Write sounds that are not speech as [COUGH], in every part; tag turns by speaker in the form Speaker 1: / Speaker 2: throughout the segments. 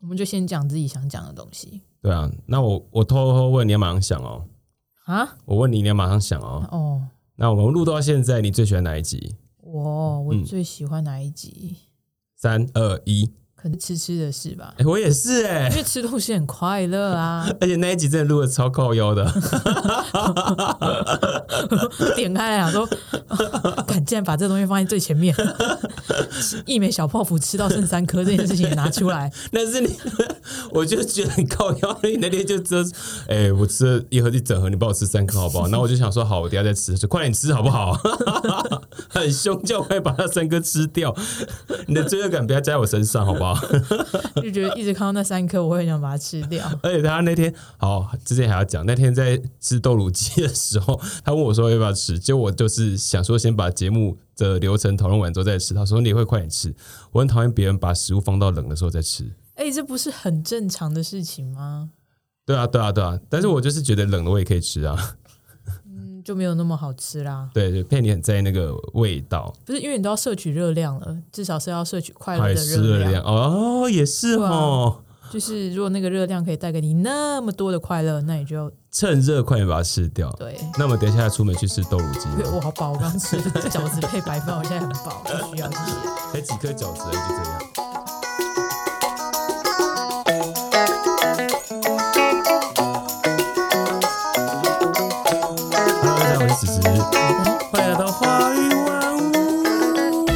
Speaker 1: 我们就先讲自己想讲的东西
Speaker 2: 对啊，那我我偷偷问你，要马上想哦。
Speaker 1: 啊。
Speaker 2: 我问你，你要马上想哦。
Speaker 1: 哦，
Speaker 2: 那我们录到现在，你最喜欢哪一集？
Speaker 1: 我我
Speaker 2: 嗯
Speaker 1: 最喜欢哪一集？
Speaker 2: 三二一，
Speaker 1: 可能吃吃的事吧， [LAUGHS]
Speaker 2: 哎，我也是哎、
Speaker 1: 因为吃东西很快乐啊。
Speaker 2: 而且那一集真的录的超靠腰的， [LAUGHS]
Speaker 1: 点开来想说， [LAUGHS] 敢竟然把这东西放在最前面，一枚小泡芙吃到剩三颗这件事情也拿出来，
Speaker 2: 但是你， [LAUGHS] 我就觉得很靠腰。你那天就只有，哎、我吃了一盒一整盒，你帮我吃三颗好不好？然后我就想说，好，我等一下再吃，就快点吃好不好？ [LAUGHS] 很凶，叫我快把那三颗吃掉。你的罪恶感不要加在我身上好不好？
Speaker 1: 就觉得一直看到那三颗，我会很想把它吃掉。
Speaker 2: 而且他那天好之前还要讲，那天在吃豆乳鸡的时候，他问我说要不要吃，结果我就是想说先把节目的流程讨论完之后再吃。他说你会快点吃，我很讨厌别人把食物放到冷的时候再吃。
Speaker 1: 哎、这不是很正常的事情吗？
Speaker 2: 对啊，对啊，对啊，但是我就是觉得冷的我也可以吃啊。 [LAUGHS]
Speaker 1: 嗯，就没有那么好吃啦。
Speaker 2: 对对，佩妮很在意那个味道，
Speaker 1: 不是因为你都要摄取热量了，至少是要摄取快乐
Speaker 2: 还
Speaker 1: 的
Speaker 2: 是热
Speaker 1: 热量。
Speaker 2: 量哦，也是哦。
Speaker 1: 就是如果那个热量可以带给你那么多的快乐，那你就
Speaker 2: 趁热快点把它吃掉。
Speaker 1: [LAUGHS] 对。
Speaker 2: 那么等一下出门去吃豆乳鸡
Speaker 1: 因为
Speaker 2: 吧，
Speaker 1: 我好饱，我刚吃饺子配白饭，我现在很饱，不需 [LAUGHS] 要谢谢。
Speaker 2: 才几颗饺子而已，就这样。Hello，大家好，我是子子，欢迎来到花语万物。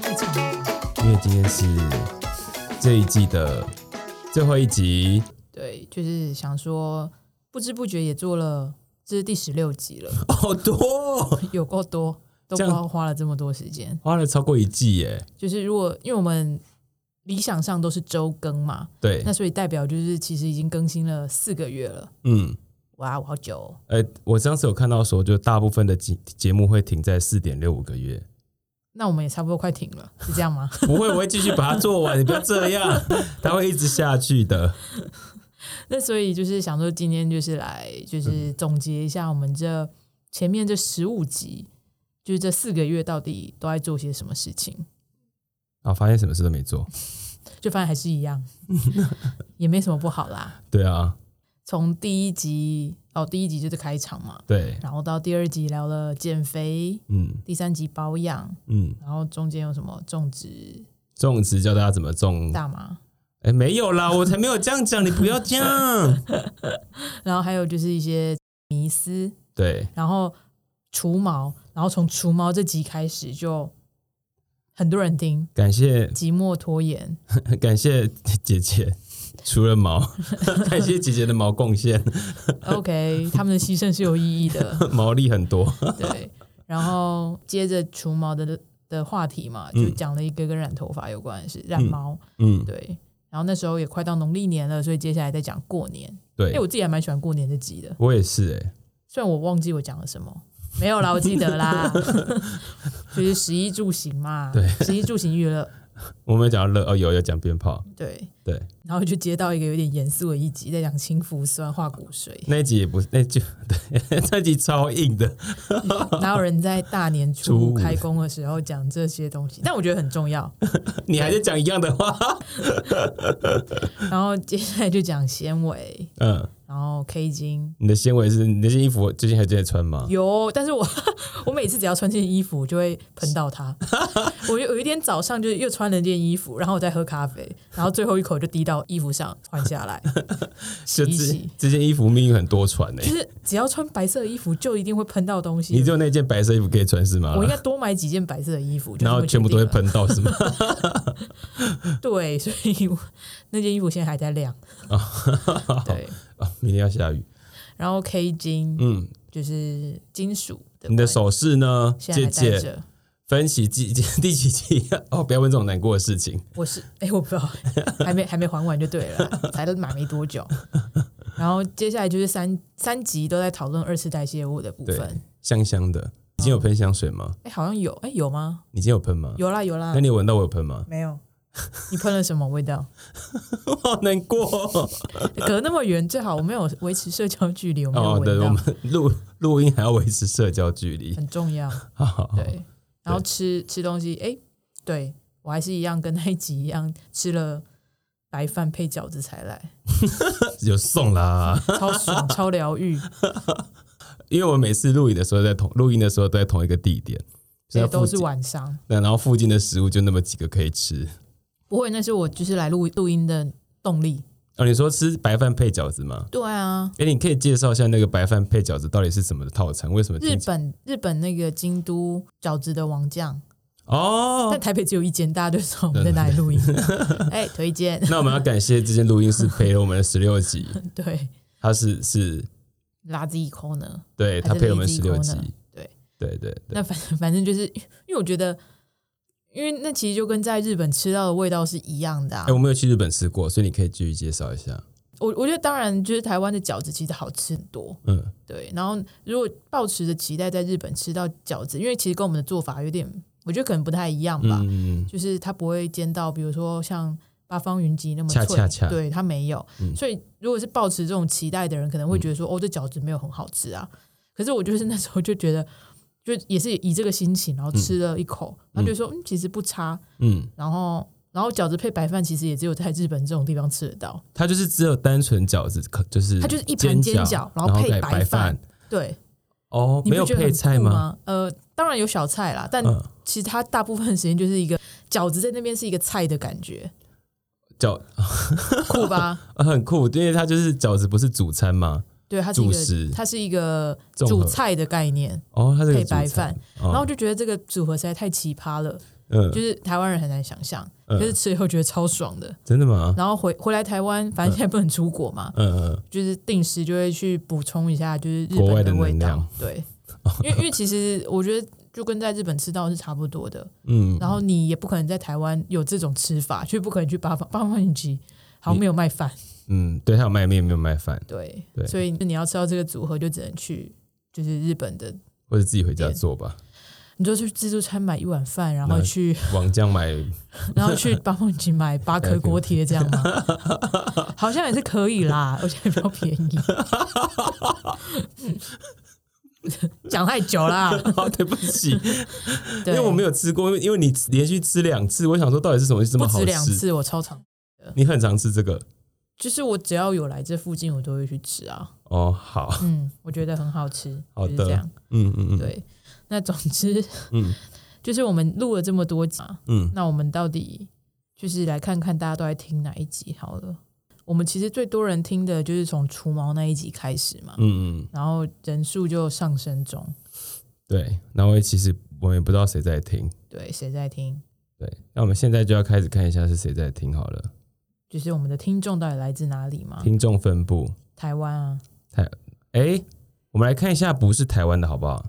Speaker 1: 太长了。
Speaker 2: 因为今天是这一季的最后一集，
Speaker 1: 对，就是想说，不知不觉也做了，这是第十六集了，
Speaker 2: 好多、哦，
Speaker 1: 有够多，都
Speaker 2: 这
Speaker 1: 不
Speaker 2: 样
Speaker 1: 知道花了这么多时间。
Speaker 2: 花了超过一季耶。
Speaker 1: [LAUGHS] 就是如果因为我们理想上都是周更嘛，
Speaker 2: 对
Speaker 1: 那，所以代表就是其实已经更新了四个月了。
Speaker 2: 嗯，
Speaker 1: 哇，我好久、哦，
Speaker 2: 呃、我上次有看到说，就大部分的节节目会停在四点六五个月，
Speaker 1: 那我们也差不多快停了，是这样吗？
Speaker 2: 不会，我会继续把它做完，你不要
Speaker 1: [LAUGHS]
Speaker 2: 这样，它会一直下去的。
Speaker 1: 那所以就是想说，今天就是来就是总结一下我们这前面这十五集，就是这四个月到底都在做些什么事情，
Speaker 2: 啊，发现什么事都没做，
Speaker 1: 就发现还是一样，也没什么不好啦。
Speaker 2: 对啊，
Speaker 1: 从第一集哦，第一集就是开场嘛，
Speaker 2: 对，啊
Speaker 1: 然后到第二集聊了减肥，
Speaker 2: 嗯
Speaker 1: 第三集保养，
Speaker 2: 嗯，
Speaker 1: 然后中间有什么种植
Speaker 2: 种植教大家怎么种，
Speaker 1: 大麻，
Speaker 2: 哎，没有啦，我才没有这样讲，你不要这样。
Speaker 1: [LAUGHS] 然后还有就是一些迷思，
Speaker 2: 对，
Speaker 1: 然后除毛，然后从除毛这集开始就很多人听，
Speaker 2: 感谢
Speaker 1: 寂寞拖
Speaker 2: [LAUGHS]
Speaker 1: 延，
Speaker 2: 感谢姐姐，除了毛，
Speaker 1: [LAUGHS]
Speaker 2: 感谢姐姐的毛贡献，
Speaker 1: OK，他们的牺牲是有意义的，
Speaker 2: [LAUGHS] 毛利很多。
Speaker 1: 对。然后接着除毛的的话题嘛，就讲了一个跟染头发有关的事，染毛，
Speaker 2: 嗯，
Speaker 1: 对。然后那时候也快到农历年了，所以接下来再讲过年。哎、
Speaker 2: 对，
Speaker 1: 我自己还蛮喜欢过年这集的，
Speaker 2: 我也是哎、
Speaker 1: 虽然我忘记我讲了什么，没有啦，我记得
Speaker 2: [LAUGHS]
Speaker 1: 啦，就是十一住行嘛，
Speaker 2: 对，
Speaker 1: 十一住行娱乐，
Speaker 2: 我们讲到乐哦，有有讲鞭炮，
Speaker 1: 对。
Speaker 2: 对，
Speaker 1: 然后就接到一个有点严肃的一集，在讲氢氟酸化骨髓，
Speaker 2: 那一集也不那就对， [LAUGHS] 那集超硬的，
Speaker 1: [LAUGHS] 哪有人在大年初
Speaker 2: 初
Speaker 1: 五
Speaker 2: 五
Speaker 1: 开工的时候讲这些东西？但我觉得很重
Speaker 2: [LAUGHS]
Speaker 1: 要。
Speaker 2: 你还在讲一样的话，
Speaker 1: [LAUGHS] 然后接下来就讲纤维，
Speaker 2: 嗯，
Speaker 1: 然后 K 金
Speaker 2: 你的纤维是你那件衣服最近还正在穿吗？
Speaker 1: 有，但是我 [LAUGHS] 我每次只要穿这件衣服，我就会喷到它。 [LAUGHS] 我有有一天早上就又穿了件衣服，然后我在喝咖啡，然后最后一口就滴到衣服上，换下
Speaker 2: [LAUGHS]
Speaker 1: 来洗
Speaker 2: 就
Speaker 1: 一
Speaker 2: 这
Speaker 1: 洗。
Speaker 2: 这件衣服命运很多舛呢、
Speaker 1: 就是只要穿白色的衣服，就一定会喷到东
Speaker 2: 你
Speaker 1: 西
Speaker 2: 只。有那件白色衣服可以穿是吗
Speaker 1: 我？应该多买几件白色的衣服，就
Speaker 2: 然
Speaker 1: 这
Speaker 2: 后
Speaker 1: 么
Speaker 2: 全部都会
Speaker 1: 决定
Speaker 2: 喷到是吗？
Speaker 1: 了。对，所以我那件衣服现在还在晾。
Speaker 2: [LAUGHS]
Speaker 1: 对，
Speaker 2: 啊，哦明天要下雨。
Speaker 1: 然后 K 金
Speaker 2: 嗯，
Speaker 1: 就是金属的关系，
Speaker 2: 你的首饰呢？
Speaker 1: 现在
Speaker 2: 姐
Speaker 1: 还戴
Speaker 2: 姐
Speaker 1: 着。
Speaker 2: 分析第 [LAUGHS] 第几季？哦，不要问这种难过的事情。
Speaker 1: 我是 [LAUGHS] 哎、我不知道，还没还没还完就对了啦，才买没多久。 [LAUGHS] 然后接下来就是三三集都在讨论二次代谢物的部分。
Speaker 2: 对，香香的。已经有喷香水吗？
Speaker 1: 哎、好像有哎、有吗？
Speaker 2: 你今天有喷吗？
Speaker 1: 有啊啦有啦
Speaker 2: 那，你有闻到我有喷
Speaker 1: [LAUGHS]
Speaker 2: 吗？
Speaker 1: 没有。你喷了什么味道？
Speaker 2: 我好难过哦。
Speaker 1: 隔那么远，最好我没有维持社交距离，我没有
Speaker 2: 哦对，
Speaker 1: 闻
Speaker 2: 我
Speaker 1: 到，
Speaker 2: 们录录音还要维持社交距离。
Speaker 1: 很重要。
Speaker 2: 好好好
Speaker 1: 对，然后吃吃东西，哎、对我还是一样跟那一集一样吃了白饭配饺子才来，
Speaker 2: 有送啦。
Speaker 1: 超
Speaker 2: [LAUGHS]
Speaker 1: 爽，超疗愈，
Speaker 2: 因为我每次录影的时候在同录音的时候都在同一个地点，所以
Speaker 1: 也
Speaker 2: 它附
Speaker 1: 都是
Speaker 2: 近
Speaker 1: 晚上。
Speaker 2: 那然后附近的食物就那么几个可以吃。
Speaker 1: 不会，那是我就是来录录音的动力。
Speaker 2: 哦，你说吃白饭配饺子吗？
Speaker 1: 对啊，
Speaker 2: 哎，你可以介绍一下那个白饭配饺子到底是什么的套餐？为什么听
Speaker 1: 日
Speaker 2: 起
Speaker 1: 本日本那个京都饺子的王酱，
Speaker 2: 哦
Speaker 1: 但？台北只有一间，大家就知道我们在哪里录音。
Speaker 2: [LAUGHS]
Speaker 1: 哎，推荐。
Speaker 2: 那我们要感谢这间录音室陪了我们的十
Speaker 1: [LAUGHS]
Speaker 2: 六集，
Speaker 1: 对，
Speaker 2: 他是是
Speaker 1: 拉自己抠呢。
Speaker 2: 对
Speaker 1: 还
Speaker 2: 他
Speaker 1: 是
Speaker 2: 陪我们
Speaker 1: 累积
Speaker 2: 十六
Speaker 1: 功
Speaker 2: 集
Speaker 1: 能，对
Speaker 2: 对对对，
Speaker 1: 那反反正就是，因为我觉得，因为那其实就跟在日本吃到的味道是一样的啊
Speaker 2: 哎、。我没有去日本吃过，所以你可以继续介绍一下。
Speaker 1: 我我觉得当然就是台湾的饺子其实好吃很多，
Speaker 2: 嗯，
Speaker 1: 对。然后如果抱持着期待在日本吃到饺子，因为其实跟我们的做法有点，我觉得可能不太一样吧。
Speaker 2: 嗯，
Speaker 1: 就是它不会煎到，比如说像八方云集那么
Speaker 2: 恰
Speaker 1: 脆，
Speaker 2: 恰恰
Speaker 1: 对它没有。
Speaker 2: 嗯
Speaker 1: 所以如果是抱持这种期待的人，可能会觉得说，哦，这饺子没有很好吃啊。可是我就是那时候就觉得，就也是以这个心情，然后吃了一口，然后就说，嗯，其实不差。
Speaker 2: 嗯，
Speaker 1: 然后，然后饺子配白饭，其实也只有在日本这种地方吃得到。
Speaker 2: 它就是只有单纯饺子，可就是
Speaker 1: 它就是一盘煎
Speaker 2: 煎
Speaker 1: 饺然
Speaker 2: 然
Speaker 1: 后配
Speaker 2: 盖
Speaker 1: 白
Speaker 2: 白
Speaker 1: 饭对，
Speaker 2: 哦，
Speaker 1: 你
Speaker 2: 没
Speaker 1: 不
Speaker 2: 有
Speaker 1: 觉得很
Speaker 2: 配菜
Speaker 1: 酷
Speaker 2: 吗？
Speaker 1: 吗？呃，当然有小菜啦，但
Speaker 2: 嗯，
Speaker 1: 其实它大部分时间就是一个饺子在那边是一个菜的感
Speaker 2: [LAUGHS]
Speaker 1: 觉，
Speaker 2: 饺、
Speaker 1: 酷吧？
Speaker 2: 呃很酷，因为它就是饺子不是主餐吗？
Speaker 1: 对，它是一
Speaker 2: 主食
Speaker 1: 个它是一个
Speaker 2: 综
Speaker 1: 主
Speaker 2: 合
Speaker 1: 菜的概念，
Speaker 2: 哦，它这个
Speaker 1: 配白
Speaker 2: 主餐
Speaker 1: 饭，
Speaker 2: 哦
Speaker 1: 然后我就觉得这个组合实在太奇葩了，
Speaker 2: 嗯，
Speaker 1: 就是台湾人很难想象，
Speaker 2: 嗯
Speaker 1: 就是吃以后觉得超爽的。
Speaker 2: 真的吗？
Speaker 1: 然后回回来台湾，反正现在不能出国嘛，
Speaker 2: 嗯嗯，
Speaker 1: 就是定时就会去补充一下，就是日
Speaker 2: 国外
Speaker 1: 本
Speaker 2: 的能
Speaker 1: 味道
Speaker 2: 量。
Speaker 1: 对，因为因为其实我觉得就跟在日本吃到的是差不多的，
Speaker 2: 嗯，
Speaker 1: 然后你也不可能在台湾有这种吃法，就不可能去八方八方云集，好像没有卖饭，
Speaker 2: 嗯，对，它有卖面，没有卖饭，
Speaker 1: 对，
Speaker 2: 对
Speaker 1: 所以你要吃到这个组合，就只能去就是日本的
Speaker 2: 或者自己回家做吧。
Speaker 1: 你就去自助餐买一碗饭，然
Speaker 2: 那
Speaker 1: 后去 [LAUGHS]
Speaker 2: 王酱买，
Speaker 1: 然后去八凤井买八颗锅贴这样吗？
Speaker 2: [LAUGHS]
Speaker 1: 好像也是可以啦，而且比较便宜。讲太久啦，
Speaker 2: 哦对不起，因
Speaker 1: 对，
Speaker 2: 为我没有吃过，因为因为你连续吃两次，我想说到底是什么这么
Speaker 1: 不
Speaker 2: 好
Speaker 1: 止两
Speaker 2: 吃？
Speaker 1: 次，我超常，
Speaker 2: 你很常吃这个
Speaker 1: 就是我只要有来这附近，我都会去吃啊。
Speaker 2: 哦，好，
Speaker 1: 嗯，我觉得很好吃，
Speaker 2: 好
Speaker 1: 就是
Speaker 2: 的
Speaker 1: 这样。
Speaker 2: 嗯嗯嗯，，
Speaker 1: 对，那总之
Speaker 2: 嗯
Speaker 1: [LAUGHS] 就是我们录了这么多集啊，
Speaker 2: 嗯，
Speaker 1: 那我们到底就是来看看大家都在听哪一集好了。我们其实最多人听的就是从除毛那一集开始嘛，
Speaker 2: 嗯嗯，
Speaker 1: 然后人数就上升中。
Speaker 2: 对。然后其实我们也不知道谁在听，
Speaker 1: 对，谁在听？
Speaker 2: 对。那我们现在就要开始看一下是谁在听好了，
Speaker 1: 就是我们的听众到底来自哪里嘛？
Speaker 2: 听众分布。
Speaker 1: 台湾啊，
Speaker 2: 哎，我们来看一下，不是台湾的好不好？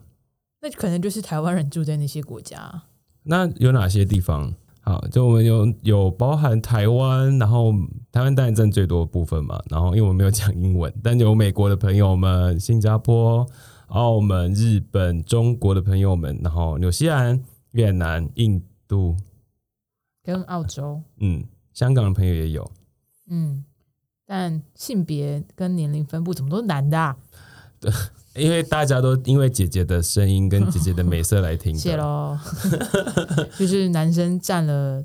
Speaker 1: 那可能就是台湾人住在那些国家啊。
Speaker 2: 那有哪些地方？好，就我们有有包含台湾，然后台湾当然占最多的部分嘛。然后因为我没有讲英文， [LAUGHS] 但有美国的朋友们、新加坡、澳门、日本、中国的朋友们，然后纽西兰、越南、印度，
Speaker 1: 跟澳洲，
Speaker 2: 嗯，香港的朋友也有。
Speaker 1: 嗯，但性别跟年龄分布怎么都是男的、啊？
Speaker 2: 因为大家都因为姐姐的声音跟姐姐的美色来听
Speaker 1: [LAUGHS] 谢
Speaker 2: 的，
Speaker 1: 喽，就是男生占了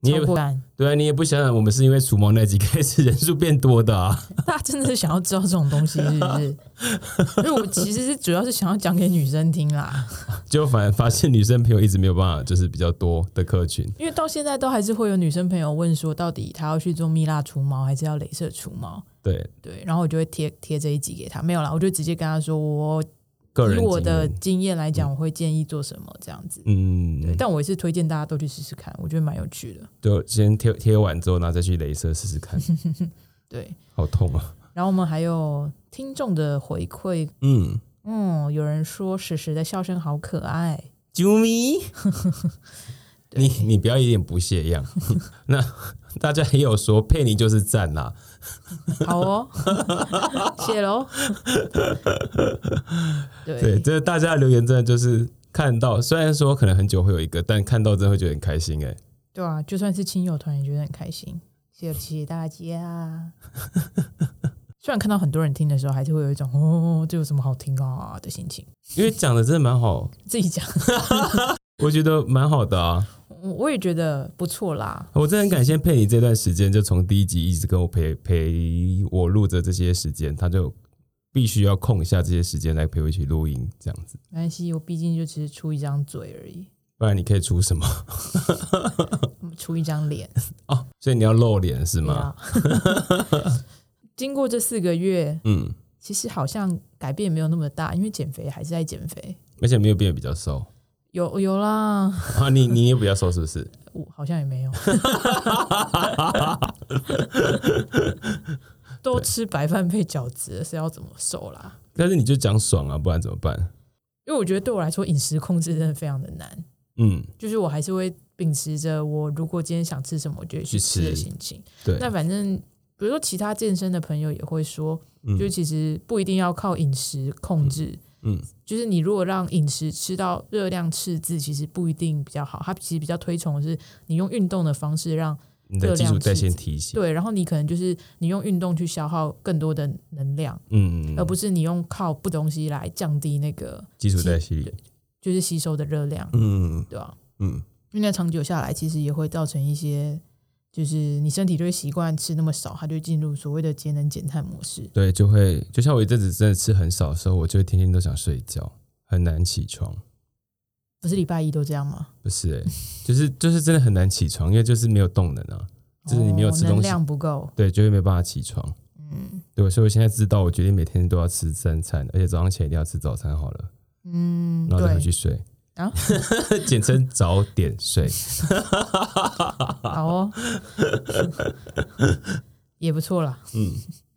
Speaker 2: 你也
Speaker 1: 超过
Speaker 2: [LAUGHS]
Speaker 1: 半，
Speaker 2: 对啊，你也不想想，我们是因为除毛那集 [LAUGHS] 开始人数变多的啊，
Speaker 1: 大家真的是想要知道这种东西是
Speaker 2: [LAUGHS]
Speaker 1: 不是？因为我其实是主要是想要讲给女生听啦，
Speaker 2: 就反而发现女生朋友一直没有办法，就是比较多的客群。
Speaker 1: 因为到现在都还是会有女生朋友问说，到底她要去做蜜蜡除毛还是要镭射除毛？
Speaker 2: 对，
Speaker 1: 对，然后我就会贴贴这一集给她，没有啦，我就直接跟她说，我
Speaker 2: 个人
Speaker 1: 以我
Speaker 2: 经
Speaker 1: 的
Speaker 2: 验
Speaker 1: 经验来讲，我会建议做什么这样子。对，
Speaker 2: 嗯，
Speaker 1: 但我也是推荐大家都去试试看，我觉得蛮有趣的。
Speaker 2: 就先贴贴完之后，然后再去镭射试
Speaker 1: [LAUGHS]
Speaker 2: 试看，
Speaker 1: 对，
Speaker 2: 好痛啊！
Speaker 1: 然后我们还有听众的回馈，
Speaker 2: 嗯，
Speaker 1: 嗯，有人说史实的笑声好可爱，
Speaker 2: 啾咪，
Speaker 1: 对
Speaker 2: [LAUGHS] 你你不要一脸不屑样。 [LAUGHS] 那大家也有说佩妮就是赞啦， [LAUGHS]
Speaker 1: 好哦， [LAUGHS] 谢喽。
Speaker 2: 对，
Speaker 1: 对，
Speaker 2: 这大家的留言真的就是看到，虽然说可能很久会有一个，但看到真的会觉得很开心哎、
Speaker 1: 对啊，就算是亲友团也觉得很开心，谢谢大家。 [LAUGHS] 虽然看到很多人听的时候，还是会有一种哦，这有什么好听啊的心情。
Speaker 2: 因为讲的真的蛮好，
Speaker 1: 自己讲，
Speaker 2: 我觉得蛮好的啊。
Speaker 1: 我我也觉得不错啦。
Speaker 2: 我真的很感谢佩妮这段时间，就从第一集一直跟我陪陪我录着这些时间，她就必须要空一下这些时间来陪我一起录音，这样子，
Speaker 1: 没关系，我毕竟就只是出一张嘴而已，
Speaker 2: 不然你可以出什么？ [LAUGHS]
Speaker 1: 出一张脸，
Speaker 2: 哦，所以你要露脸是
Speaker 1: 对
Speaker 2: 吗？
Speaker 1: 啊。 [LAUGHS] 经过这四个月，
Speaker 2: 嗯，
Speaker 1: 其实好像改变没有那么大，因为减肥还是在减肥。
Speaker 2: 而且没有变得比较瘦
Speaker 1: 有有啦，
Speaker 2: 啊，你你也比较瘦是不是？
Speaker 1: 我好像也没
Speaker 2: [LAUGHS]
Speaker 1: 有，都吃白饭配饺子了，是要怎么瘦啦？
Speaker 2: 但是你就讲爽啊，不然怎么办？
Speaker 1: 因为我觉得对我来说，饮食控制真的非常的难，
Speaker 2: 嗯，
Speaker 1: 就是我还是会秉持着我如果今天想吃什么，我就去
Speaker 2: 去
Speaker 1: 吃的
Speaker 2: 吃
Speaker 1: 心情。
Speaker 2: 对，
Speaker 1: 那反正比如说其他健身的朋友也会说，
Speaker 2: 嗯
Speaker 1: 就其实不一定要靠饮食控制，
Speaker 2: 嗯，
Speaker 1: 就是你如果让饮食吃到热量赤字，其实不一定比较好。他其实比较推崇的是你用运动的方式让
Speaker 2: 你的基础在先提醒，
Speaker 1: 对，然后你可能就是你用运动去消耗更多的能量，
Speaker 2: 嗯，
Speaker 1: 而不是你用靠不东西来降低那个
Speaker 2: 基础代谢里，
Speaker 1: 就是吸收的热量，
Speaker 2: 嗯
Speaker 1: 对吧？
Speaker 2: 嗯，
Speaker 1: 因为那长久下来，其实也会造成一些，就是你身体就会习惯吃那么少，它就会进入所谓的节能减碳模式。
Speaker 2: 对，就会就像我一阵子真的吃很少的时候，我就会天天都想睡觉，很难起床。
Speaker 1: 不是礼拜一都这样吗？
Speaker 2: 不是、欸，就是就是真的很难起床，因为就是没有动能啊，就是你没有
Speaker 1: 哦、
Speaker 2: 吃
Speaker 1: 能
Speaker 2: 东西，
Speaker 1: 量不够，
Speaker 2: 对，就会没办法起床。
Speaker 1: 嗯
Speaker 2: 对，所以我现在知道，我决定每天都要吃三餐，而且早上起来一定要吃早餐好了，
Speaker 1: 嗯，
Speaker 2: 然后再回
Speaker 1: 对
Speaker 2: 去睡，
Speaker 1: 啊，
Speaker 2: [LAUGHS] 简称早点
Speaker 1: [LAUGHS]
Speaker 2: 睡。
Speaker 1: 好
Speaker 2: [LAUGHS]
Speaker 1: 哦，也不错啦。
Speaker 2: 嗯，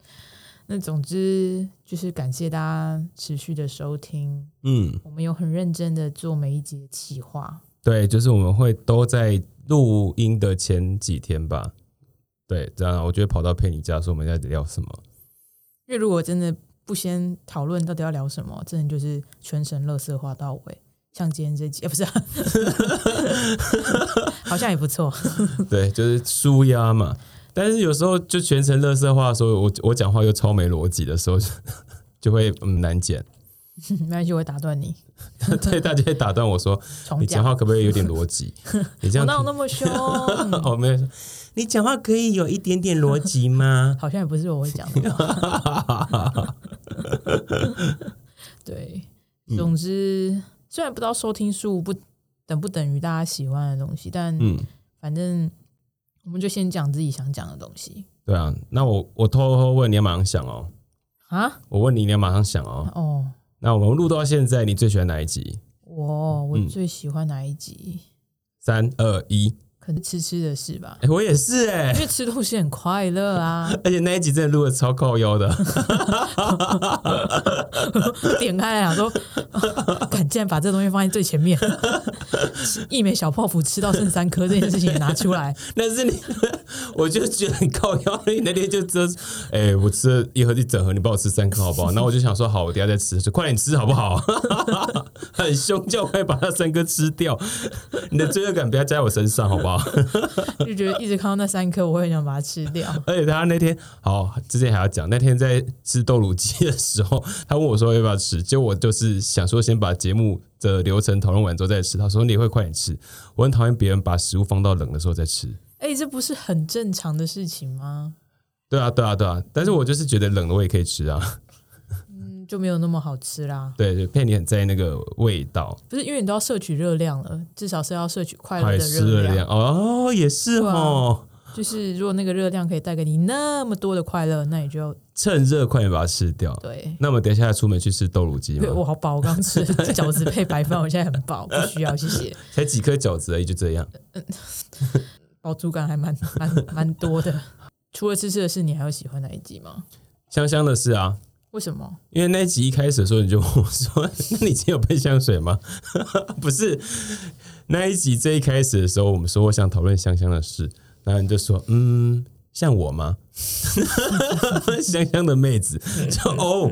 Speaker 1: [LAUGHS] 那总之就是感谢大家持续的收听，
Speaker 2: 嗯，
Speaker 1: 我们有很认真的做每一集的企划，
Speaker 2: 对，就是我们会都在录音的前几天吧。对，这样我就会跑到佩妮家说我们要聊什么。
Speaker 1: 因为如果真的不先讨论到底要聊什么，真的就是全程乐色化到尾。像今天这集，呃不是啊、 [LAUGHS] 好像也不错。
Speaker 2: 对，就是舒压嘛。但是有时候就全程乐色化的时候，我我讲话又超没逻辑的时候，就 [LAUGHS] 就会嗯难剪。 [LAUGHS]
Speaker 1: 没关系，我会打断你，
Speaker 2: 对，大家会打断我说
Speaker 1: 重
Speaker 2: 你讲
Speaker 1: 讲。
Speaker 2: 话可不可以有点
Speaker 1: [LAUGHS]
Speaker 2: 逻辑？你这
Speaker 1: 我
Speaker 2: 样
Speaker 1: 哪有那么凶？
Speaker 2: [LAUGHS] 哦，没有，你讲话可以有一点点逻辑吗？ [LAUGHS]
Speaker 1: 好像也不是我会讲的话。对，总之、虽然不知道收听数不等不等于大家喜欢的东西，但
Speaker 2: 嗯，
Speaker 1: 反正我们就先讲自己想讲的东西
Speaker 2: 对啊。那我我偷偷问你，要马上想哦。
Speaker 1: 啊。
Speaker 2: 我问你，你要马上想哦。
Speaker 1: 哦，
Speaker 2: 那我们录到现在，你最喜欢哪一集？
Speaker 1: 我哦我
Speaker 2: 嗯
Speaker 1: 最喜欢哪一集？
Speaker 2: 三二一，
Speaker 1: 可能吃吃的事吧，
Speaker 2: 哎，我也是哎、
Speaker 1: 因为吃东西很快乐啊。
Speaker 2: 而且那一集真的录的超靠腰的，
Speaker 1: 点开来想说， [LAUGHS] 敢、竟然把这东西放在最前面，一枚小泡芙吃到剩三颗这件事情也拿出来，
Speaker 2: [LAUGHS] 但是你，我就觉得很靠腰。你那天就只有，哎、我吃了一盒一整盒，你帮我吃三颗好不好？那我就想说，好，我等一下再吃，就快点吃好不好？很凶，叫我快把那三颗吃掉。你的罪恶感不要加在我身上好不好？
Speaker 1: 就觉得一直看到那三颗，我会很想把它吃掉。
Speaker 2: 而且他那天好，之前还要讲，那天在吃豆乳鸡的时候，他问我说要不要吃，结果我就是想说先把节目的流程讨论完之后再吃。他说你会快点吃，我很讨厌别人把食物放到冷的时候再吃。
Speaker 1: 哎、这不是很正常的事情吗？
Speaker 2: 对啊，对啊，对啊，但是我就是觉得冷的我也可以吃啊。
Speaker 1: 嗯，就没有那么好吃啦。
Speaker 2: 对，就佩妮很在意那个味道，
Speaker 1: 不是因为你都要摄取热量了，至少是要摄取快乐
Speaker 2: 还有
Speaker 1: 的
Speaker 2: 吃热
Speaker 1: 热量。
Speaker 2: 量哦，也是哦，
Speaker 1: 就是如果那个热量可以带给你那么多的快乐，那你就
Speaker 2: 趁热快点把它吃掉。
Speaker 1: 对。
Speaker 2: 那么等一下出门去吃豆乳鸡
Speaker 1: 对，
Speaker 2: 吗？
Speaker 1: 我好饱，我刚吃饺子配白饭，我现在很饱，不需要，谢谢。
Speaker 2: 才几颗饺子而已，就这样。
Speaker 1: 饱足感还蛮蛮蛮多的。除了吃吃的事，你还有喜欢哪一集吗？
Speaker 2: 香香的是啊，
Speaker 1: 为什么？
Speaker 2: 因为那一集一开始的时候，你就问我说：“ [LAUGHS] 那你今天有喷香水吗？” [LAUGHS] 不是，那一集最一开始的时候，我们说我想讨论香香的事，然后你就说：“嗯，像我吗？” [LAUGHS] 香香的妹子就哦，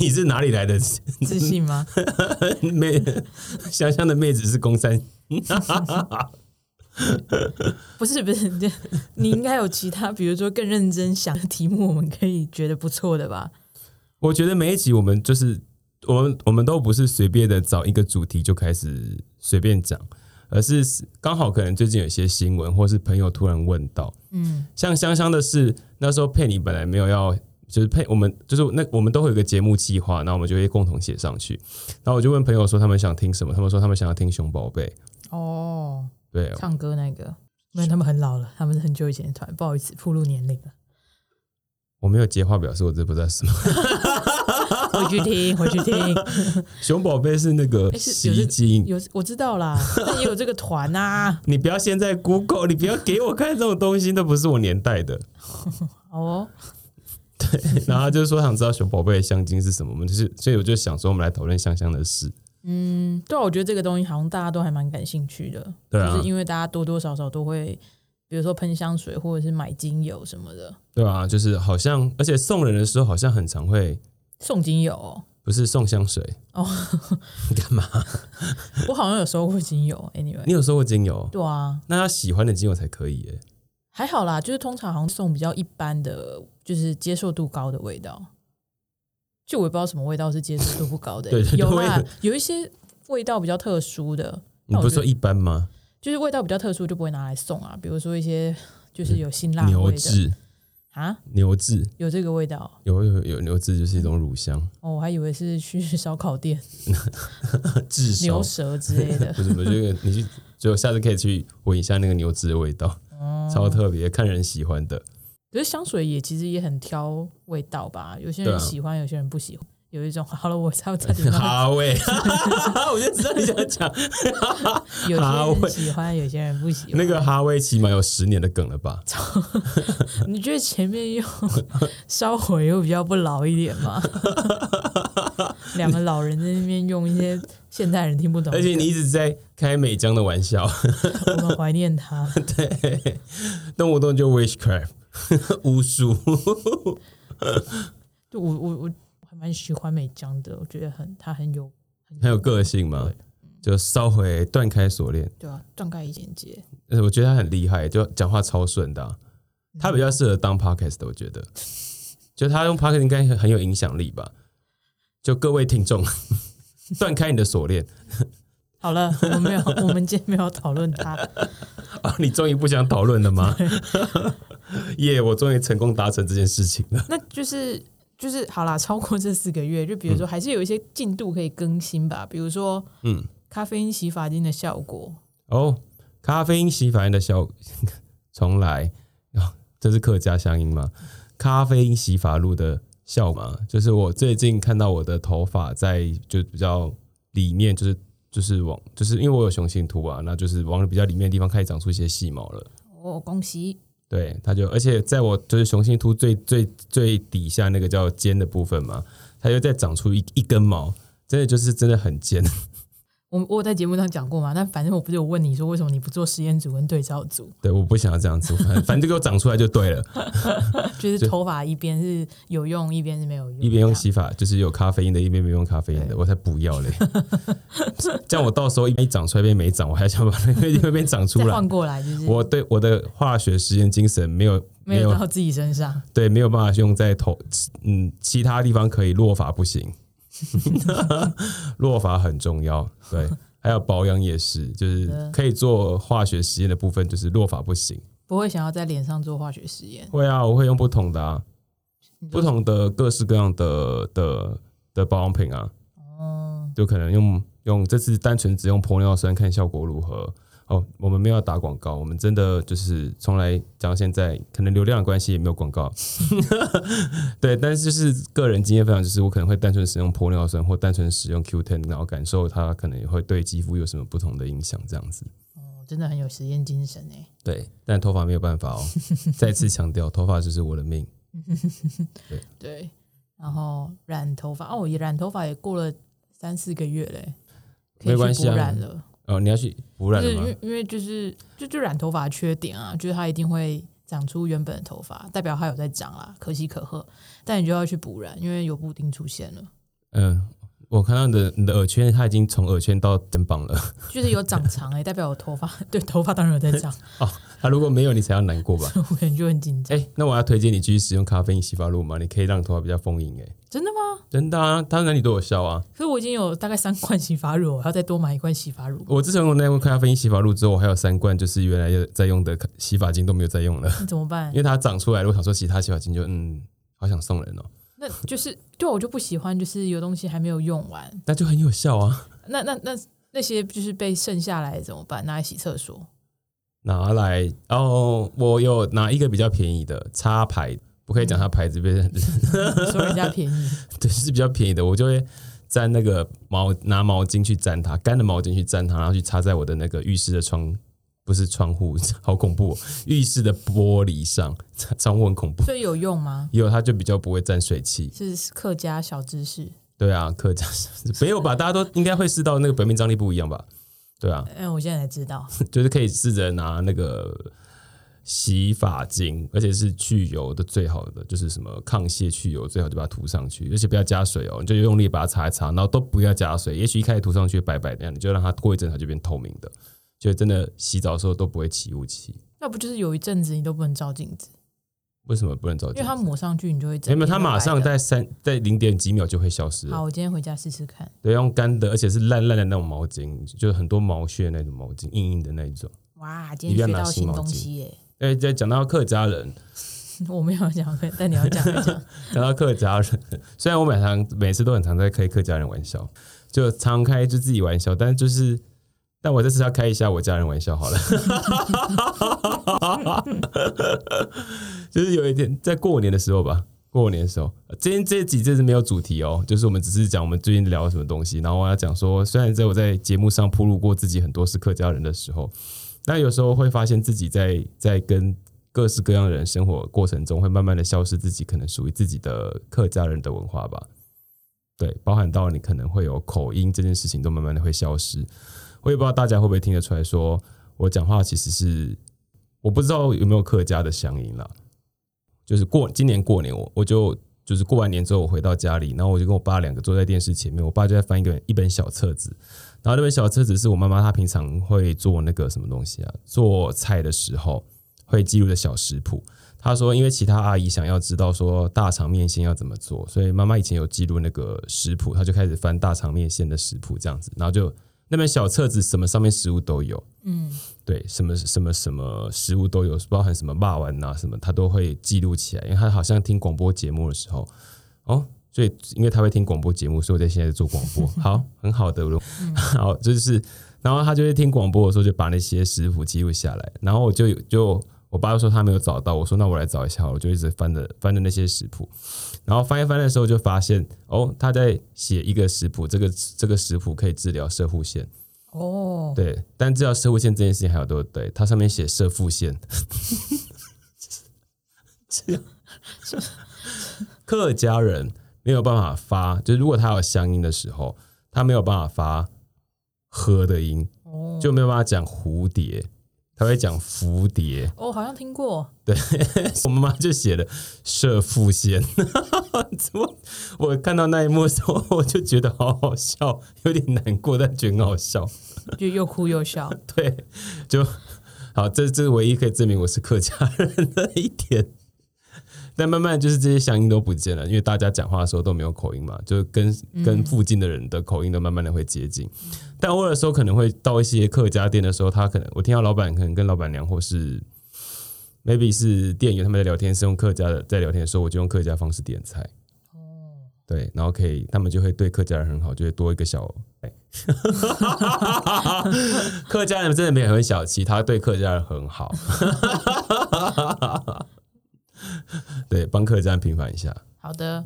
Speaker 2: 你是哪里来的？
Speaker 1: 自信吗？
Speaker 2: [LAUGHS] 妹香香的妹子是公三，
Speaker 1: 不是不是，你你应该有其他，比如说更认真想的题目，我们可以觉得不错的吧？
Speaker 2: 我觉得每一集我们就是我们我们都不是随便的找一个主题就开始随便讲，而是刚好可能最近有一些新闻，或是朋友突然问到。
Speaker 1: 嗯，
Speaker 2: 像香香的是那时候佩妮本来没有要，就是佩我们就是那我们都会有一个节目计划，那我们就会共同写上去。然后我就问朋友说他们想听什么，他们说他们想要听熊宝贝。
Speaker 1: 哦，
Speaker 2: 对，
Speaker 1: 唱歌那个，没有，他们很老了，他们是很久以前的团，不好意思，暴露年龄了。
Speaker 2: 我没有接话表示我这不知道是什么。 [LAUGHS]
Speaker 1: 回去听，回去听，
Speaker 2: 熊宝贝是那个
Speaker 1: 诶哎是
Speaker 2: 洗
Speaker 1: 有这
Speaker 2: 衣机，
Speaker 1: 有我知道啦，但也有这个团啊。
Speaker 2: 你不要现在 Google，你不要给我看这种东西，那不是我年代 [LAUGHS] 的。
Speaker 1: 哦，
Speaker 2: 然后他就说想知道熊宝贝的香精是什么，我们就是，所以我就想说我们来讨论香香的事。
Speaker 1: 嗯，对啊，我觉得这个东西好像大家都还蛮感兴趣的，
Speaker 2: 对啊
Speaker 1: 就是因为大家多多少少都会，比如说喷香水或者是买精油什么的，
Speaker 2: 对啊，就是好像，而且送人的时候好像很常会，
Speaker 1: 送精油、哦，
Speaker 2: 不是送香水
Speaker 1: 哦，
Speaker 2: 你 [LAUGHS] 干嘛？
Speaker 1: 我好像有收过精油，anyway， [LAUGHS]
Speaker 2: 你有收过精油？
Speaker 1: 对啊，
Speaker 2: 那要喜欢的精油才可以耶。
Speaker 1: 还好啦，就是通常好像送比较一般的，就是接受度高的味道。就我也不知道什么味道是接受度不
Speaker 2: [LAUGHS]
Speaker 1: 高的、欸
Speaker 2: 对对对
Speaker 1: 有
Speaker 2: 我
Speaker 1: 啦
Speaker 2: 也，
Speaker 1: 有一些味道比较特殊的，
Speaker 2: 你
Speaker 1: 那我
Speaker 2: 不
Speaker 1: 觉
Speaker 2: 是说
Speaker 1: 得
Speaker 2: 一般吗？
Speaker 1: 就是味道比较特殊就不会拿来送啊，比如说一些就是有辛辣
Speaker 2: 牛
Speaker 1: 味的
Speaker 2: 至，
Speaker 1: 啊，
Speaker 2: 牛至
Speaker 1: 有这个味道
Speaker 2: 有有有牛至就是一种乳香，
Speaker 1: [LAUGHS] 哦，我还以为是去 [LAUGHS] 烧烤店
Speaker 2: 至少
Speaker 1: 牛舌之类的
Speaker 2: [LAUGHS] 不是，我觉得你去，就下次可以去闻一下那个牛至的味道，
Speaker 1: 哦。
Speaker 2: 超特别，看人喜欢的。
Speaker 1: 可是香水也其实也很挑味道吧，有些
Speaker 2: 对啊
Speaker 1: 人喜欢，有些人不喜欢。有一种好了，我差不多差点忘记
Speaker 2: [LAUGHS] 哈味，我就知道你想讲
Speaker 1: 有
Speaker 2: 啊
Speaker 1: 些
Speaker 2: 会
Speaker 1: 人喜欢，有些人不喜欢。
Speaker 2: 那个哈味，起码有十年的梗了吧？
Speaker 1: 你觉得前面又 [LAUGHS] 烧毁又比较不老一点
Speaker 2: [LAUGHS]
Speaker 1: 吗？两个老人在那边用一些现代人听不懂的，
Speaker 2: 而且你一直在开美江的玩笑， [LAUGHS]
Speaker 1: 我们怀念他。
Speaker 2: 对，动不动就 witchcraft [LAUGHS] 巫术，
Speaker 1: 就我我我还蛮喜欢美江的，我觉得很他很有
Speaker 2: 很有个性嘛，就烧毁断开锁链。
Speaker 1: 对啊，断开一剪接。
Speaker 2: 呃我觉得他很厉害，就讲话超顺的啊、他比较适合当 podcast 的，我觉得，就他用 podcast 应该很很有影响力吧。就各位听众， [LAUGHS] 断开你的锁链
Speaker 1: 好了，我们没有， [LAUGHS] 我们今天没有讨论他。
Speaker 2: 啊！ [LAUGHS] 你终于不想讨论了吗？耶我终于成功达成这件事情了。
Speaker 1: 那就是就是好啦，超过这四个月，就比如说还是有一些进度可以更新吧，比如说
Speaker 2: 嗯，
Speaker 1: 咖啡因洗发精的效果，
Speaker 2: 哦，咖啡因洗发精的效， [LAUGHS] 重来啊，这是客家乡音吗？咖啡因洗发露的效嘛，就是我最近看到我的头发在就比较里面，就是就是往，就是因为我有雄性秃啊，那就是往比较里面的地方开始长出一些细毛了。
Speaker 1: 哦，恭喜！
Speaker 2: 对，它就而且在我就是雄性秃最最最底下那个叫尖的部分嘛，它就再长出一一根毛，真的就是真的很尖。 [LAUGHS]
Speaker 1: 我我有在节目上讲过嘛，但反正我不是有问你说为什么你不做实验组跟对照组，
Speaker 2: 对，我不想要这样子，反正反正就给我长出来就对
Speaker 1: [LAUGHS]
Speaker 2: 了。
Speaker 1: 就是头发一边是有用，一边是没有用，
Speaker 2: 一边用
Speaker 1: 这样
Speaker 2: 洗发就是有咖啡因的，一边没用咖啡因的，
Speaker 1: 对
Speaker 2: 我才不要嘞！ [LAUGHS] 这样我到时候一边长出来，一边没长，我还想把那边一边长
Speaker 1: [LAUGHS]
Speaker 2: 出
Speaker 1: 再
Speaker 2: 来
Speaker 1: 换。过来，就是
Speaker 2: 我对我的化学实验精神没有
Speaker 1: 没
Speaker 2: 没
Speaker 1: 有
Speaker 2: 有
Speaker 1: 到自己身上。
Speaker 2: 对没有办法用在头嗯其他地方可以落发不行， [LAUGHS] 落发很重要。对，还有保养也是，就是
Speaker 1: 对
Speaker 2: 可以做化学实验的部分，就是落发不行。
Speaker 1: 不会想要在脸上做化学实验，
Speaker 2: 会啊，我会用不同的啊，
Speaker 1: 你就
Speaker 2: 不同的各式各样的的的保养品啊。
Speaker 1: 哦，
Speaker 2: 就可能用用这次单纯只用玻尿酸看效果如何。哦，我们没有要打广告，我们真的就是从来讲到现在，可能流量的关系也没有
Speaker 1: [LAUGHS]
Speaker 2: 广告。对，但是就是个人经验分享，就是我可能会单纯使用玻尿酸或单纯使用 Q10，然后感受它可能也会对肌肤有什么不同的影响，这样子。
Speaker 1: 哦真的很有实验精神哎。
Speaker 2: 对，但头发没有办法哦。再次强调，头发就是我的命。
Speaker 1: 对，然后染头发，哦，我也染头发也过了三四个月嘞，可
Speaker 2: 没
Speaker 1: 以
Speaker 2: 关
Speaker 1: 去
Speaker 2: 系
Speaker 1: 补
Speaker 2: 啊
Speaker 1: 染了。
Speaker 2: 哦，你要去补染
Speaker 1: 就是
Speaker 2: 了
Speaker 1: 因
Speaker 2: 吗
Speaker 1: 为？因为就是就就染头发的缺点啊，就是它一定会长出原本的头发，代表它有在长啦，可喜可贺。但你就要去补染，因为有布丁出现了。
Speaker 2: 嗯，我看到你的你的耳圈，它已经从耳圈到肩膀了。 [LAUGHS]
Speaker 1: 就是有长长哎、 [LAUGHS] 代表我头发对头发当然有在长， [LAUGHS]
Speaker 2: 哦，它如果没有，你才要难过吧？
Speaker 1: 我可能就很紧张。
Speaker 2: 哎、那我要推荐你继续使用咖啡因洗发露嘛，你可以让头发比较丰盈。哎，
Speaker 1: 真的吗？
Speaker 2: 真的啊，它哪里都有效啊。
Speaker 1: 可是我已经有大概三罐洗发乳，我还要再多买一罐洗发乳。
Speaker 2: 我自从用那罐咖啡因洗发露之后，我还有三罐就是原来在用的洗发精都没有再用了，
Speaker 1: 那怎么办
Speaker 2: 因？为它长出来了。我想说其他洗发精就嗯，好想送人哦，
Speaker 1: 那就是对啊我就不喜欢，就是有东西还没有用完。
Speaker 2: 那就很有效啊，
Speaker 1: 那那那那些就是被剩下来的怎么办？拿来洗厕所？ [LAUGHS]
Speaker 2: 拿来哦。我有拿一个比较便宜的插牌，不可以讲它牌子，被人
Speaker 1: 说人家便宜，
Speaker 2: 对，是比较便宜的，我就会沾那个毛，拿毛巾去沾它，干的毛巾去沾它，然后去插在我的那个浴室的窗，不是窗户， [LAUGHS] 好恐怖、哦，浴室的玻璃上， [LAUGHS] 窗户很恐怖。
Speaker 1: 所以有用吗？
Speaker 2: 有它就比较不会沾水汽，
Speaker 1: 是客家小知识。
Speaker 2: 对啊，客家 [LAUGHS] 没有吧？大家都应该会试到那个表面张力不一样吧？对啊，
Speaker 1: 嗯，我现在才知道，
Speaker 2: 就是可以试着拿那个洗发精，而且是去油的最好的，就是什么抗屑去油最好就把它涂上去，而且不要加水哦，你就用力把它擦一擦，然后都不要加水。也许一开始涂上去白白的样，你就让它过一阵它就变透明的，就真的洗澡的时候都不会起雾气。
Speaker 1: 那不就是有一阵子你都不能照镜子，
Speaker 2: 为什么不能照
Speaker 1: 因
Speaker 2: 镜
Speaker 1: 为它
Speaker 2: 子？
Speaker 1: 抹上去你就会整
Speaker 2: 没有，
Speaker 1: 片
Speaker 2: 它
Speaker 1: 都
Speaker 2: 马
Speaker 1: 白
Speaker 2: 上
Speaker 1: 的
Speaker 2: 在三在零点几秒就会消失了
Speaker 1: 好，。我今天回家试试看。
Speaker 2: 对，用干的，而且是烂烂的那种毛巾，就是很多毛屑那种毛巾，硬硬的那一种。
Speaker 1: 哇，今天学到新东西耶！
Speaker 2: 哎，再讲到客家人，
Speaker 1: [LAUGHS] 我没有讲，但你要讲 [LAUGHS] 一讲。
Speaker 2: 讲到客家人，虽然我每常每次都很常在开客家人玩笑，就常开就自己玩笑，但是就是，但我这次要开一下我家人玩笑好了。 [LAUGHS] 就是有一天在过年的时候吧，过年的时候，今天这几这是没有主题哦，就是我们只是讲我们最近聊了什么东西，然后我要讲说，虽然在我在节目上铺露过自己很多是客家人的时候，那有时候会发现自己在在跟各式各样的人生活过程中，会慢慢的消失自己可能属于自己的客家人的文化吧。对，包含到你可能会有口音这件事情，都慢慢的会消失。我也不知道大家会不会听得出来说我讲话其实是我不知道有没有客家的乡音啦。就是过今年过年我，我就就是过完年之后，我回到家里，然后我就跟我爸两个坐在电视前面，我爸就在翻一个一本小册子，然后那本小册子是我妈妈她平常会做那个什么东西啊，做菜的时候会记录的小食谱。她说，因为其他阿姨想要知道说大肠面线要怎么做，所以妈妈以前有记录那个食谱，她就开始翻大肠面线的食谱这样子，然后就那本小册子什么上面食物都有，
Speaker 1: 嗯，
Speaker 2: 对，什么什么什么食物都有，包含什么霸丸啊什么，他都会记录起来，因为他好像听广播节目的时候，哦，所以因为他会听广播节目，所以我在现在做广播，好，很好的，好，就是，然后他就会听广播的时候，就把那些食谱记录下来，然后我就有就我爸说他没有找到，我说那我来找一下好了，我就一直翻着翻着那些食谱，然后翻一翻的时候就发现，哦，他在写一个食谱，这个这个食谱可以治疗射护腺。
Speaker 1: 哦，
Speaker 2: 对，但治疗射护线这件事情还有都对，它上面写射腹线，这样客家人没有办法发，就是如果他有乡音的时候，他没有办法发喝的音，
Speaker 1: 哦，
Speaker 2: 就没有办法讲蝴蝶，他会讲蝴蝶。
Speaker 1: 哦，好像听过，
Speaker 2: 我妈妈就写了射腹线， [LAUGHS] 怎么？我看到那一幕的时候，我就觉得好好笑，有点难过，但觉得很好笑。
Speaker 1: 就又哭又笑。
Speaker 2: 对，就好，这这是唯一可以证明我是客家人的一点。但慢慢就是这些乡音都不见了，因为大家讲话的时候都没有口音嘛，就跟跟附近的人的口音都慢慢的会接近。但偶尔的时候可能会到一些客家店的时候，他可能我听到老板可能跟老板娘或是 maybe 是店员他们在聊天，是用客家的在聊天的时候，我就用客家方式点菜。对，然后可以，他们就会对客家人很好，就会多一个小。哎客家人真的没有很小气，他对客家人很好。 [LAUGHS] 对，帮客家人平反一下。
Speaker 1: 好的，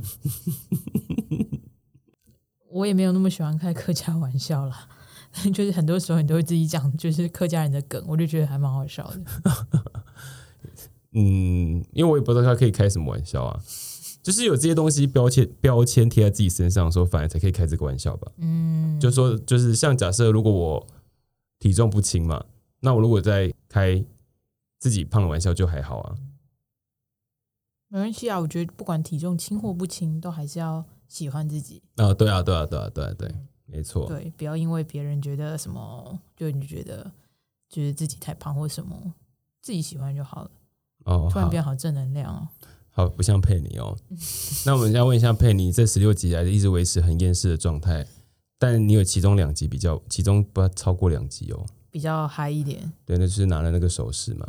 Speaker 1: 我也没有那么喜欢开客家玩笑啦。 [LAUGHS] 就是很多时候你都会自己讲，就是客家人的梗，我就觉得还蛮好笑
Speaker 2: [LAUGHS]
Speaker 1: 的。
Speaker 2: 嗯，因为我也不知道他可以开什么玩笑啊，就是有这些东西标签标签贴在自己身上的时候，反而才可以开这个玩笑吧。
Speaker 1: 嗯，
Speaker 2: 就说就是像假设如果我体重不轻嘛，那我如果在开自己胖的玩笑就还好啊。
Speaker 1: 没关系啊，我觉得不管体重轻或不轻，都还是要喜欢自己，
Speaker 2: 啊、对啊，对啊，对啊，对啊，对，没错，
Speaker 1: 对，不要因为别人觉得什么，就你觉得觉得自己太胖或什么，自己喜欢就好了。
Speaker 2: 哦，
Speaker 1: 突然
Speaker 2: 好，
Speaker 1: 变好正能量哦，
Speaker 2: 好，不像佩
Speaker 1: [LAUGHS]
Speaker 2: 妮哦。那我们要问一下佩妮，这十六集来一直维持很厌世的状态，但你有其中两集比较，其中不要超过两集哦。
Speaker 1: 比较嗨一点，
Speaker 2: 对，那就是拿了那个首
Speaker 1: [LAUGHS]
Speaker 2: 饰嘛。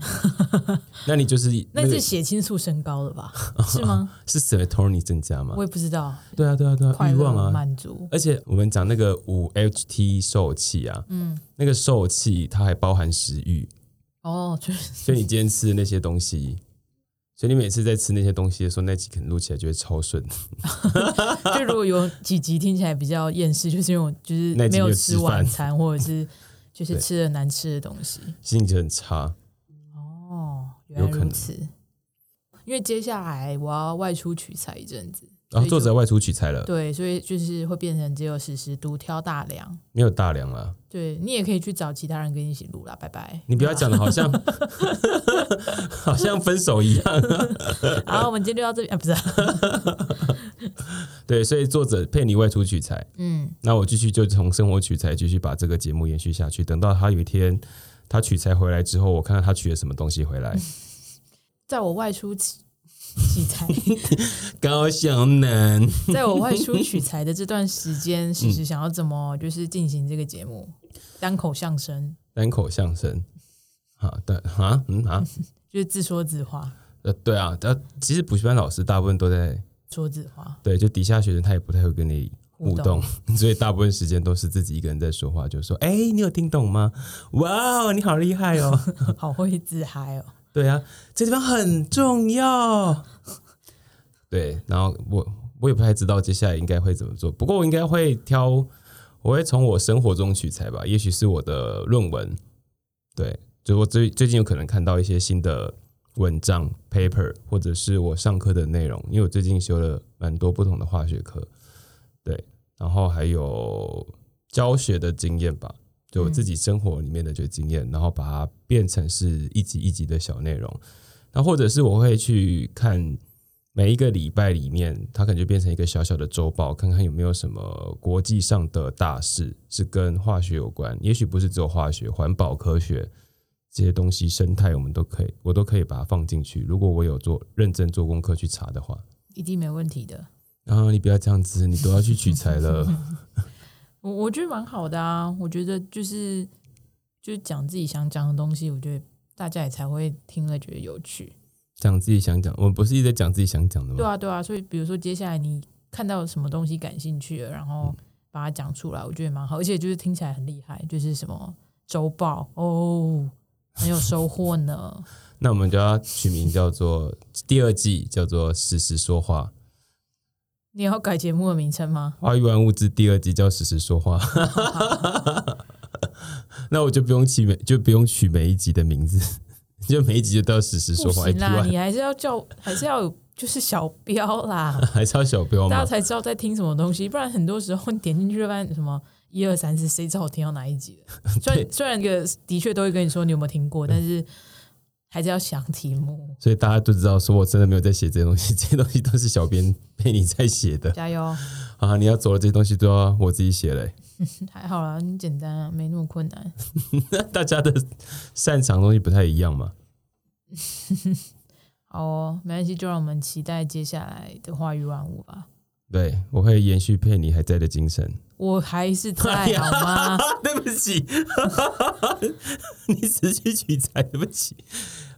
Speaker 2: 那你就是
Speaker 1: 那
Speaker 2: 个
Speaker 1: 是血清素升高了
Speaker 2: [LAUGHS]
Speaker 1: 吧？是吗？
Speaker 2: 是 serotonin 增加嘛
Speaker 1: 我？也不知道，
Speaker 2: 对啊，对啊，对啊，
Speaker 1: 快
Speaker 2: 欲望
Speaker 1: 乐
Speaker 2: 啊。
Speaker 1: 满足，
Speaker 2: 而且我们讲那个五 HT 受气啊，嗯，那个受气它还包含食欲，
Speaker 1: 哦，就是
Speaker 2: 所以你今天吃的那些东西，所以你每次在吃那些东西的时候，那几肯录起来就会超顺。 [LAUGHS]
Speaker 1: 就如果有几集听起来比较厌世，就是因为我就是
Speaker 2: 那
Speaker 1: 没
Speaker 2: 集
Speaker 1: 有
Speaker 2: 就吃
Speaker 1: 吃
Speaker 2: 饭
Speaker 1: 晚餐， [LAUGHS] 或者是就是
Speaker 2: 对
Speaker 1: 吃了难吃的东西。
Speaker 2: 心情就很差。
Speaker 1: 哦，原来
Speaker 2: 有可
Speaker 1: 如
Speaker 2: 能
Speaker 1: 此。因为接下来我要外出取材一阵子，
Speaker 2: 然
Speaker 1: 所
Speaker 2: 后作
Speaker 1: 以就
Speaker 2: 者外出取材了，
Speaker 1: 对，所以就是会变成只有史实独挑大梁。
Speaker 2: 没有大梁了。
Speaker 1: 对你也可以去找其他人跟你一起录啦，拜拜。
Speaker 2: 你不要讲的好像好像分手一样。
Speaker 1: 好，我们今天就到这里啊，不是
Speaker 2: [LAUGHS]
Speaker 1: 啊、
Speaker 2: 对，所以作者骗你外出取材，
Speaker 1: 嗯，
Speaker 2: 那我继续就从生活取材继续把这个节目延续下去。等到他有一天他取材回来之后，我看看他取了什么东西回来。
Speaker 1: 在我外出取取
Speaker 2: [LAUGHS]
Speaker 1: 材，
Speaker 2: 高晓能，
Speaker 1: 在我外出取材的这段时
Speaker 2: 嗯
Speaker 1: 间，史实想要怎么就是进行这个节目，单口相声
Speaker 2: 单口相声。啊，对啊，嗯啊，
Speaker 1: 就是自说自话，
Speaker 2: 呃，对啊，呃，其实补习班老师大部分都在
Speaker 1: 说自话，
Speaker 2: 对，就底下学生他也不太会跟你互
Speaker 1: 互
Speaker 2: 动 [LAUGHS]
Speaker 1: 动，
Speaker 2: 所以大部分时间都是自己一个人在说话，就说：“哎、你有听懂吗？哇哦，你好厉害哦！ [LAUGHS]
Speaker 1: 好会自嗨哦。
Speaker 2: 对啊，这地方很重要。”对，然后我我也不太知道接下来应该会怎么做，不过我应该会挑，我会从我生活中取材吧，也许是我的论文，对，就我最最近有可能看到一些新的文章 paper，或者是我上课的内容，因为我最近修了蛮多不同的化学课，对，然后还有教学的经验吧，就我自己生活里面的这个经验，然后把它变成是一集一集的小内容，那或者是我会去看。每一个礼拜里面，它可能就变成一个小小的周报，看看有没有什么国际上的大事是跟化学有关。也许不是只有化学，环保、科学这些东西，生态我们都可以，我都可以把它放进去。如果我有做认真做功课去查的话，
Speaker 1: 一定没问题的。
Speaker 2: 啊，你不要这样子，你都要去取
Speaker 1: [LAUGHS]
Speaker 2: 材了。
Speaker 1: 我我觉得蛮好的啊，我觉得就是就是讲自己想讲的东西，我觉得大家也才会听了觉得有趣。
Speaker 2: 讲自己想讲，我们不是一直在讲自己想讲的吗？
Speaker 1: 对啊，对啊，所以比如说接下来你看到什么东西感兴趣了，然后把它讲出来，我觉得蛮好，而且就是听起来很厉害，就是什么周报哦，很有收获呢。 [LAUGHS]
Speaker 2: 那我们就要取名叫做第二季，叫做《实时说话》。
Speaker 1: 你要改节目的名称吗？
Speaker 2: 花育万物之第二季叫实时说话， [LAUGHS] 那我就不用取每就不用取每一集的名字， [LAUGHS] 就每一集就都要实时
Speaker 1: 不
Speaker 2: 说话。哎
Speaker 1: 行啦，
Speaker 2: APY
Speaker 1: 你还是要
Speaker 2: [LAUGHS]
Speaker 1: 叫，还是要有就是小标啦，
Speaker 2: 还是要小标
Speaker 1: 大家
Speaker 2: 吗？
Speaker 1: 才知道在听什么东西，不然很多时候你点进去就发现什么一二三四，谁知道我听到哪一集
Speaker 2: [LAUGHS]
Speaker 1: 了？虽然虽然这个的确都会跟你说你有没有听过，但是还是要想题目，
Speaker 2: 所以大家就知道，说我真的没有在写这些东西， [LAUGHS] 这些东西都是小编被你在写的
Speaker 1: 加油！ [LAUGHS]
Speaker 2: 啊！你要走了，这些东西都要我自己写嘞、 [LAUGHS]
Speaker 1: 还好啦，很简单啊，没那么困难。
Speaker 2: 大家的擅长的东西不太一样嘛。
Speaker 1: 好哦，没关系，就让我们期待接下来的话语万物吧。
Speaker 2: 对，我会延续佩妮还在的精神。
Speaker 1: 我还是在
Speaker 2: [LAUGHS] 哎呀
Speaker 1: 好吗？
Speaker 2: 对不起， [LAUGHS] 你只是取材，对不起。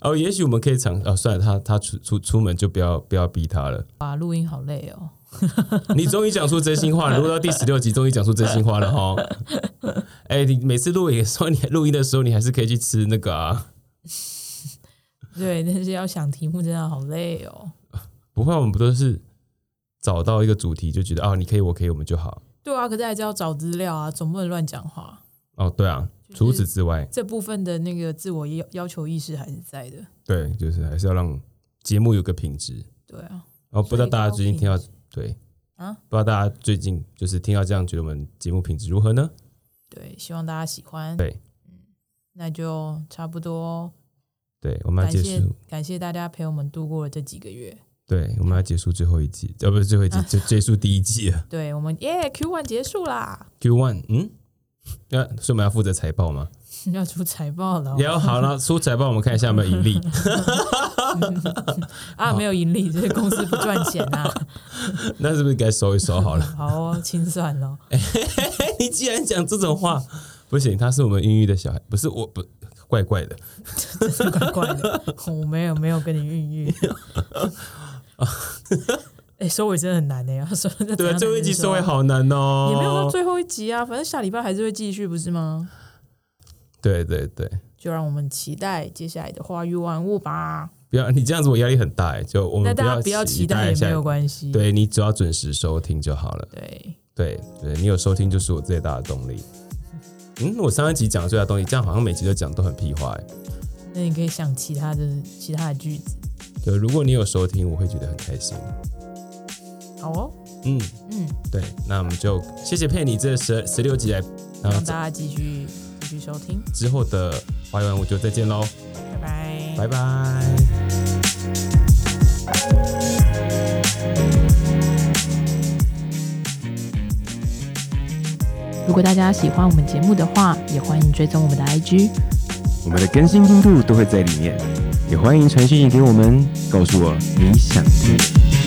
Speaker 2: 哦，也许我们可以尝哦，算了，他他出出出门就不要不要逼他了。
Speaker 1: 哇，录音好累哦。
Speaker 2: 你终于讲出真心话了，录到第十六集，终于讲出真心话了哈。哎、你每次录影的时候，你录音的时候，你还是可以去吃那个啊。
Speaker 1: 对，但是要想题目真的好累哦。
Speaker 2: 不会，我们不都是找到一个主题就觉得啊，你可以，我可以，我们就好。
Speaker 1: 对啊，可是还是要找资料啊，总不能乱讲话。
Speaker 2: 哦，对啊，除此之外，
Speaker 1: 这部分的那个自我要要求意识还是在的。
Speaker 2: 对，就是还是要让节目有个品质。
Speaker 1: 对啊，
Speaker 2: 然后不知道大家最近听到对
Speaker 1: 啊
Speaker 2: 不知道大家最近就是听到这样，觉得我们节目品质如何呢？
Speaker 1: 对，希望大家喜欢。
Speaker 2: 对，
Speaker 1: 嗯，那就差不多。
Speaker 2: 对，我们要
Speaker 1: 感
Speaker 2: 结
Speaker 1: 谢
Speaker 2: 束，
Speaker 1: 感谢大家陪我们度过了这几个月。
Speaker 2: 对，我们要结束最后一季，呃，不是最后一季，
Speaker 1: [LAUGHS]
Speaker 2: 就结束第一季了。
Speaker 1: 对我们耶，Q one 结束啦， [LAUGHS]
Speaker 2: Q one，嗯， [LAUGHS] 那、所以我们要负责财报吗？
Speaker 1: 要出财报了哦
Speaker 2: 然后好了，出财报我们看一下有没有
Speaker 1: [LAUGHS]
Speaker 2: 盈利。
Speaker 1: 啊，没有盈利，这个公司不赚钱啊，
Speaker 2: [LAUGHS] 那是不是该收一收好
Speaker 1: [LAUGHS]
Speaker 2: 了？
Speaker 1: 好哦，清算咯。
Speaker 2: 哎，你既然讲这种话， [LAUGHS] 不行，他是我们孕育的小孩，不是我不怪怪的。
Speaker 1: 真的怪怪的，我没有没有跟你孕
Speaker 2: [LAUGHS]
Speaker 1: 育。哎、收尾真的很难哎、欸，收
Speaker 2: 对啊，最后一集收尾
Speaker 1: 也
Speaker 2: 好难哦。
Speaker 1: 也没有到最后一集啊，反正下礼拜还是会继续，不是吗？
Speaker 2: 对对对，
Speaker 1: 就让我们期待接下来的花语玩物吧。
Speaker 2: 不要你这样子，我压力很大哎。就我
Speaker 1: 那
Speaker 2: 们
Speaker 1: 大家不要期
Speaker 2: 期
Speaker 1: 待
Speaker 2: 待
Speaker 1: 也
Speaker 2: 一
Speaker 1: 没
Speaker 2: 下
Speaker 1: 有，关系，
Speaker 2: 对你只要准时收听就好了。
Speaker 1: 对
Speaker 2: 对对，你有收听就是我最大的动力。嗯，我上一集讲的最大动力，这样好像每集都讲都很屁话哎。
Speaker 1: 那你可以想其他的其他的句子。
Speaker 2: 对，如果你有收听，我会觉得很开心。
Speaker 1: 好哦，
Speaker 2: 嗯，
Speaker 1: 嗯，
Speaker 2: 对，那我们就谢谢佩妮这十十六集来，然后
Speaker 1: 让大家继续继续收听，
Speaker 2: 之后的花园我就再见喽，
Speaker 1: 拜拜。
Speaker 2: 拜拜。
Speaker 1: 如果大家喜欢我们节目的话，也欢迎追踪我们的 IG。
Speaker 3: 我们的更新进度都会在里面，也欢迎传讯息给我们，告诉我你想听的。